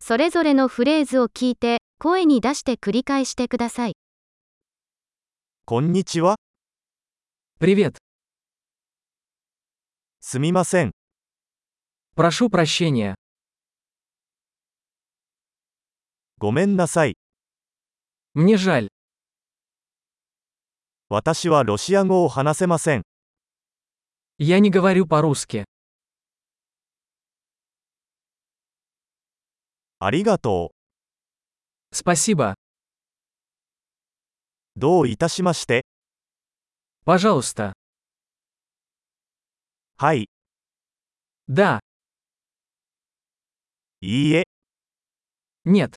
それぞれのフレーズを聞いて、声に出して繰り返してください。こんにちは。 Привет. すみません。 Прошу прощения. ごめんなさい。 Мне жаль. 私はロシア語を話せません。 Я не говорю по-русски. ありがと Спасибо. う。どういたしまして。 Пожалуйста. はい。 Да. いいえ。 Нет.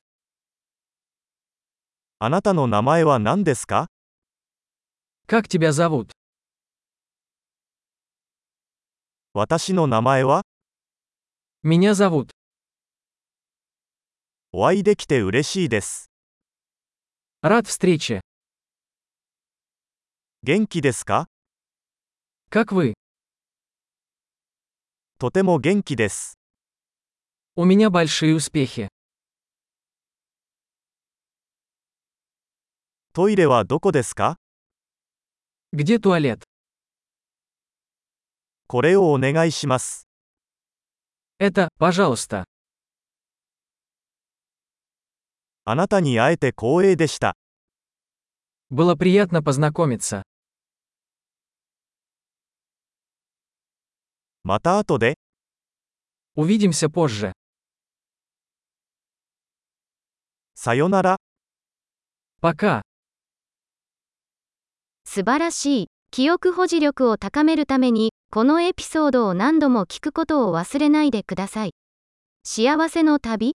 あなたの名前は何ですか Как тебя зовут? 私の名前は Меня зовут. お会いできて嬉しいです。 Рад встрече. 元気ですか Как вы? とても元気です。 У меня большие успехи. トイレはどこですか Где туалет? これをお願いします。 Это, пожалуйста. あなたに会えて光栄でした。 Было приятно познакомиться. また後で。 Увидимся позже. さよなら。 Пока. 素晴らしい。記憶保持力を高めるために、このエピソードを何度も聞くことを忘れないでください。幸せの旅